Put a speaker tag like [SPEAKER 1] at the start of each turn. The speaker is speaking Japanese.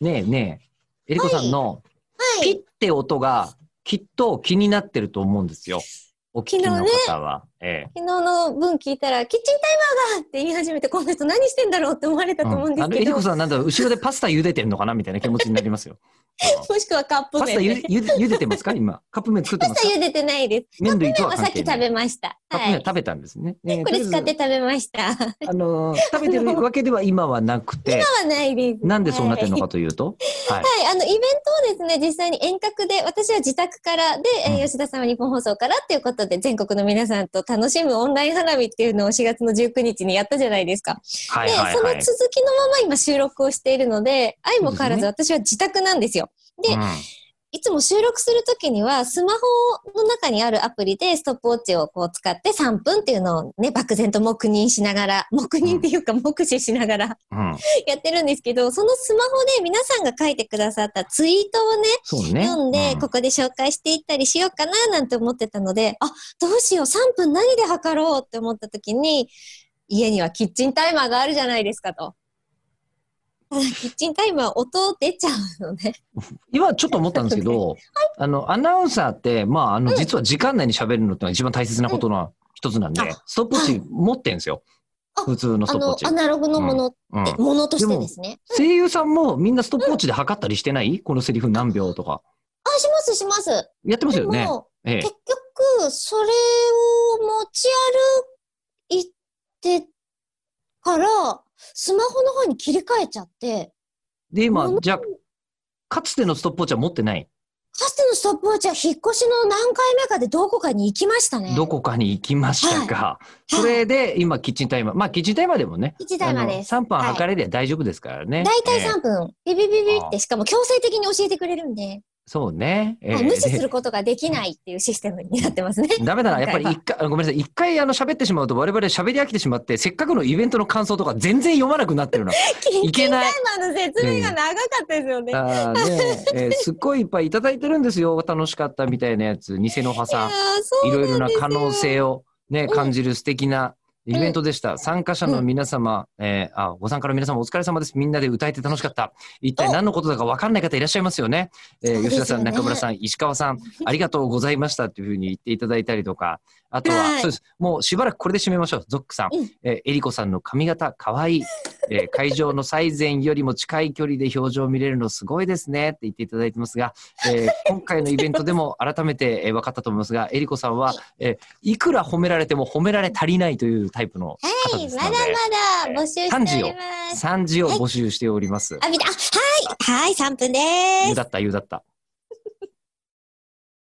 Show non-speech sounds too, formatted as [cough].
[SPEAKER 1] ねえねえ、えりこさんの
[SPEAKER 2] は
[SPEAKER 1] ピッ
[SPEAKER 2] い。
[SPEAKER 1] て音がきっと気になってると思うんですよ。お聞きの方は。ええ
[SPEAKER 2] 昨日の分聞いたら、キッチンタイマーがって言い始めて、この人何してんだろうって思われたと思うん
[SPEAKER 1] うん
[SPEAKER 2] で
[SPEAKER 1] あ
[SPEAKER 2] す
[SPEAKER 1] の、
[SPEAKER 2] け
[SPEAKER 1] えり
[SPEAKER 2] ど、
[SPEAKER 1] こさんなんだろう、後ろでパスタ茹でてんのかなみたいな気持ちになり
[SPEAKER 2] [laughs]
[SPEAKER 1] ますよ。
[SPEAKER 2] もしくはカップ
[SPEAKER 1] パスタ
[SPEAKER 2] 麺
[SPEAKER 1] ゆ
[SPEAKER 2] [laughs] で。
[SPEAKER 1] ゆで茹でてますか今。カップ麺作って
[SPEAKER 2] パ
[SPEAKER 1] ま
[SPEAKER 2] ス
[SPEAKER 1] す
[SPEAKER 2] タ
[SPEAKER 1] か
[SPEAKER 2] 茹でてないです。
[SPEAKER 1] 麺類とは
[SPEAKER 2] はさ
[SPEAKER 1] 関
[SPEAKER 2] っ
[SPEAKER 1] 係
[SPEAKER 2] き食
[SPEAKER 1] ない。
[SPEAKER 2] べました。
[SPEAKER 1] カップ
[SPEAKER 2] は。
[SPEAKER 1] 麺はい食べたんですね。ね
[SPEAKER 2] これ使って
[SPEAKER 1] とり
[SPEAKER 2] 食べました。は
[SPEAKER 1] あえずあのー食べてるわけでは今はなくて、
[SPEAKER 2] ないです。
[SPEAKER 1] なんでそうなってるのかというと、はい。
[SPEAKER 2] はい、あの、イベントをですね、実際に遠隔で、私は自宅からで、えー
[SPEAKER 1] うん
[SPEAKER 2] 吉田様日本放送からっていうことで、全国の皆さんと楽しむオンライン花火っていうのを4月の19日にやったじゃないですか。
[SPEAKER 1] は
[SPEAKER 2] で、
[SPEAKER 1] いはいはい。
[SPEAKER 2] その続きのまま今収録をしているので、相も変わらず
[SPEAKER 1] そ
[SPEAKER 2] 私は自宅なんですよ。で、
[SPEAKER 1] うん
[SPEAKER 2] いつも収録するときには、スマホの中にあるアプリでストップウォッチをこう使って3分っていうのをね、漠然と黙認しながら、黙認っていうか目視しながら、
[SPEAKER 1] うん。
[SPEAKER 2] やってるんですけど、そのスマホで皆さんが書いてくださったツイートをね、
[SPEAKER 1] そうね。
[SPEAKER 2] 読んで、
[SPEAKER 1] う
[SPEAKER 2] ここで紹介していったりしようかななんて思ってたので、あ、どうしよう、3分何で測ろうって思った時に、家にはキッチンタイマーがあるじゃないです
[SPEAKER 1] [laughs]
[SPEAKER 2] かと。ただキッチンタイマー音出ちゃうのね。
[SPEAKER 1] 今ちょっと思ったんですけど、あの、アナウンサーって、まあ、あの、実は時間内に喋るのってのが一番大切なことの一つなんで
[SPEAKER 2] うんあ、
[SPEAKER 1] ストップウォッチ持ってんですよ。
[SPEAKER 2] あ
[SPEAKER 1] 普通のス
[SPEAKER 2] あ
[SPEAKER 1] トップウォ
[SPEAKER 2] の
[SPEAKER 1] ッ、チ
[SPEAKER 2] ア。ナログのもの、
[SPEAKER 1] うん
[SPEAKER 2] えものとし
[SPEAKER 1] で
[SPEAKER 2] て
[SPEAKER 1] も
[SPEAKER 2] ですね。
[SPEAKER 1] 声優さんもみんなストップウォッチで測ったりしてないこのセリフ何秒とか。
[SPEAKER 2] あ、します、します。
[SPEAKER 1] やってます
[SPEAKER 2] で
[SPEAKER 1] よね。
[SPEAKER 2] も、
[SPEAKER 1] ええ
[SPEAKER 2] 結。局、それを持ち歩いてから、スマホの方に切り替えちゃって、
[SPEAKER 1] で、今
[SPEAKER 2] も、の
[SPEAKER 1] じゃあかつてのストップウォッチは持ってない。
[SPEAKER 2] かつてのストップウォッチは引っ越しの何回目かでどこかに行きましたね。
[SPEAKER 1] どこかに行きましたか。
[SPEAKER 2] い
[SPEAKER 1] それで、今、キッチンタイマー。まあ、キッチンタイマーでもね。
[SPEAKER 2] ?1 台までです。
[SPEAKER 1] あの3分
[SPEAKER 2] はい
[SPEAKER 1] 測れりゃ大丈夫ですからね。
[SPEAKER 2] 大体
[SPEAKER 1] ええ
[SPEAKER 2] 3分、ビビビビって、しかも強制的に教えてくれるんで、
[SPEAKER 1] そうね。ええ
[SPEAKER 2] まあ無視することができないっていうシステムになってますね。
[SPEAKER 1] ダメだな、やっぱ
[SPEAKER 2] 今 [laughs] 回
[SPEAKER 1] り
[SPEAKER 2] は
[SPEAKER 1] 一回、あごめんなさい、一回あの喋ってしまうと、我々喋り飽きてしまって、せっかくのイベントの感想とか全然読まなくなって
[SPEAKER 2] [laughs]
[SPEAKER 1] るな。い
[SPEAKER 2] キッチ
[SPEAKER 1] け
[SPEAKER 2] ンタ
[SPEAKER 1] な
[SPEAKER 2] イ
[SPEAKER 1] い。
[SPEAKER 2] マーの説明が長かったですよね。
[SPEAKER 1] あーねええーすっごいいっぱいいただいてるんですよ。楽しかったみたいなやつ、偽の派
[SPEAKER 2] いや
[SPEAKER 1] さ
[SPEAKER 2] ー
[SPEAKER 1] ん。
[SPEAKER 2] そう
[SPEAKER 1] いろいろ
[SPEAKER 2] な
[SPEAKER 1] なん
[SPEAKER 2] ですよ
[SPEAKER 1] 可能性をね、
[SPEAKER 2] うん
[SPEAKER 1] 感じる素敵なイベントでした。参加者の皆様、えーあ、ご参加の皆様お疲れ様です。みんなで歌えて楽しかった。一体
[SPEAKER 2] お
[SPEAKER 1] 何のことだか分かんない方いらっしゃいますよね。えー
[SPEAKER 2] そうです
[SPEAKER 1] 吉
[SPEAKER 2] よ
[SPEAKER 1] 田さ
[SPEAKER 2] ね
[SPEAKER 1] ん、中村さん、石川さん、ありがとうございましたというふうに言っていただいたりとか、あとは、
[SPEAKER 2] はい
[SPEAKER 1] そうです。もうしばらくこれで締めましょう。ゾックさん、
[SPEAKER 2] うん
[SPEAKER 1] えーえりこさんの髪型かわいい。えー会場の最前よりも近い距離で表情を見れるのすごいですねって言っていただいてますが、
[SPEAKER 2] [laughs]
[SPEAKER 1] えー今回のイベントでも改めて、えー分かったと思いますが、えりこさんは
[SPEAKER 2] はい、
[SPEAKER 1] えーいくら褒められても褒められ足りないというタイプの方
[SPEAKER 2] はい、
[SPEAKER 1] です
[SPEAKER 2] ま
[SPEAKER 1] の
[SPEAKER 2] だ
[SPEAKER 1] で、
[SPEAKER 2] まだ募集しております。
[SPEAKER 1] 賛辞を募集しております。
[SPEAKER 2] あ、見た。あはい。はい、3分で
[SPEAKER 1] 言う
[SPEAKER 2] す。
[SPEAKER 1] だった、言うだった。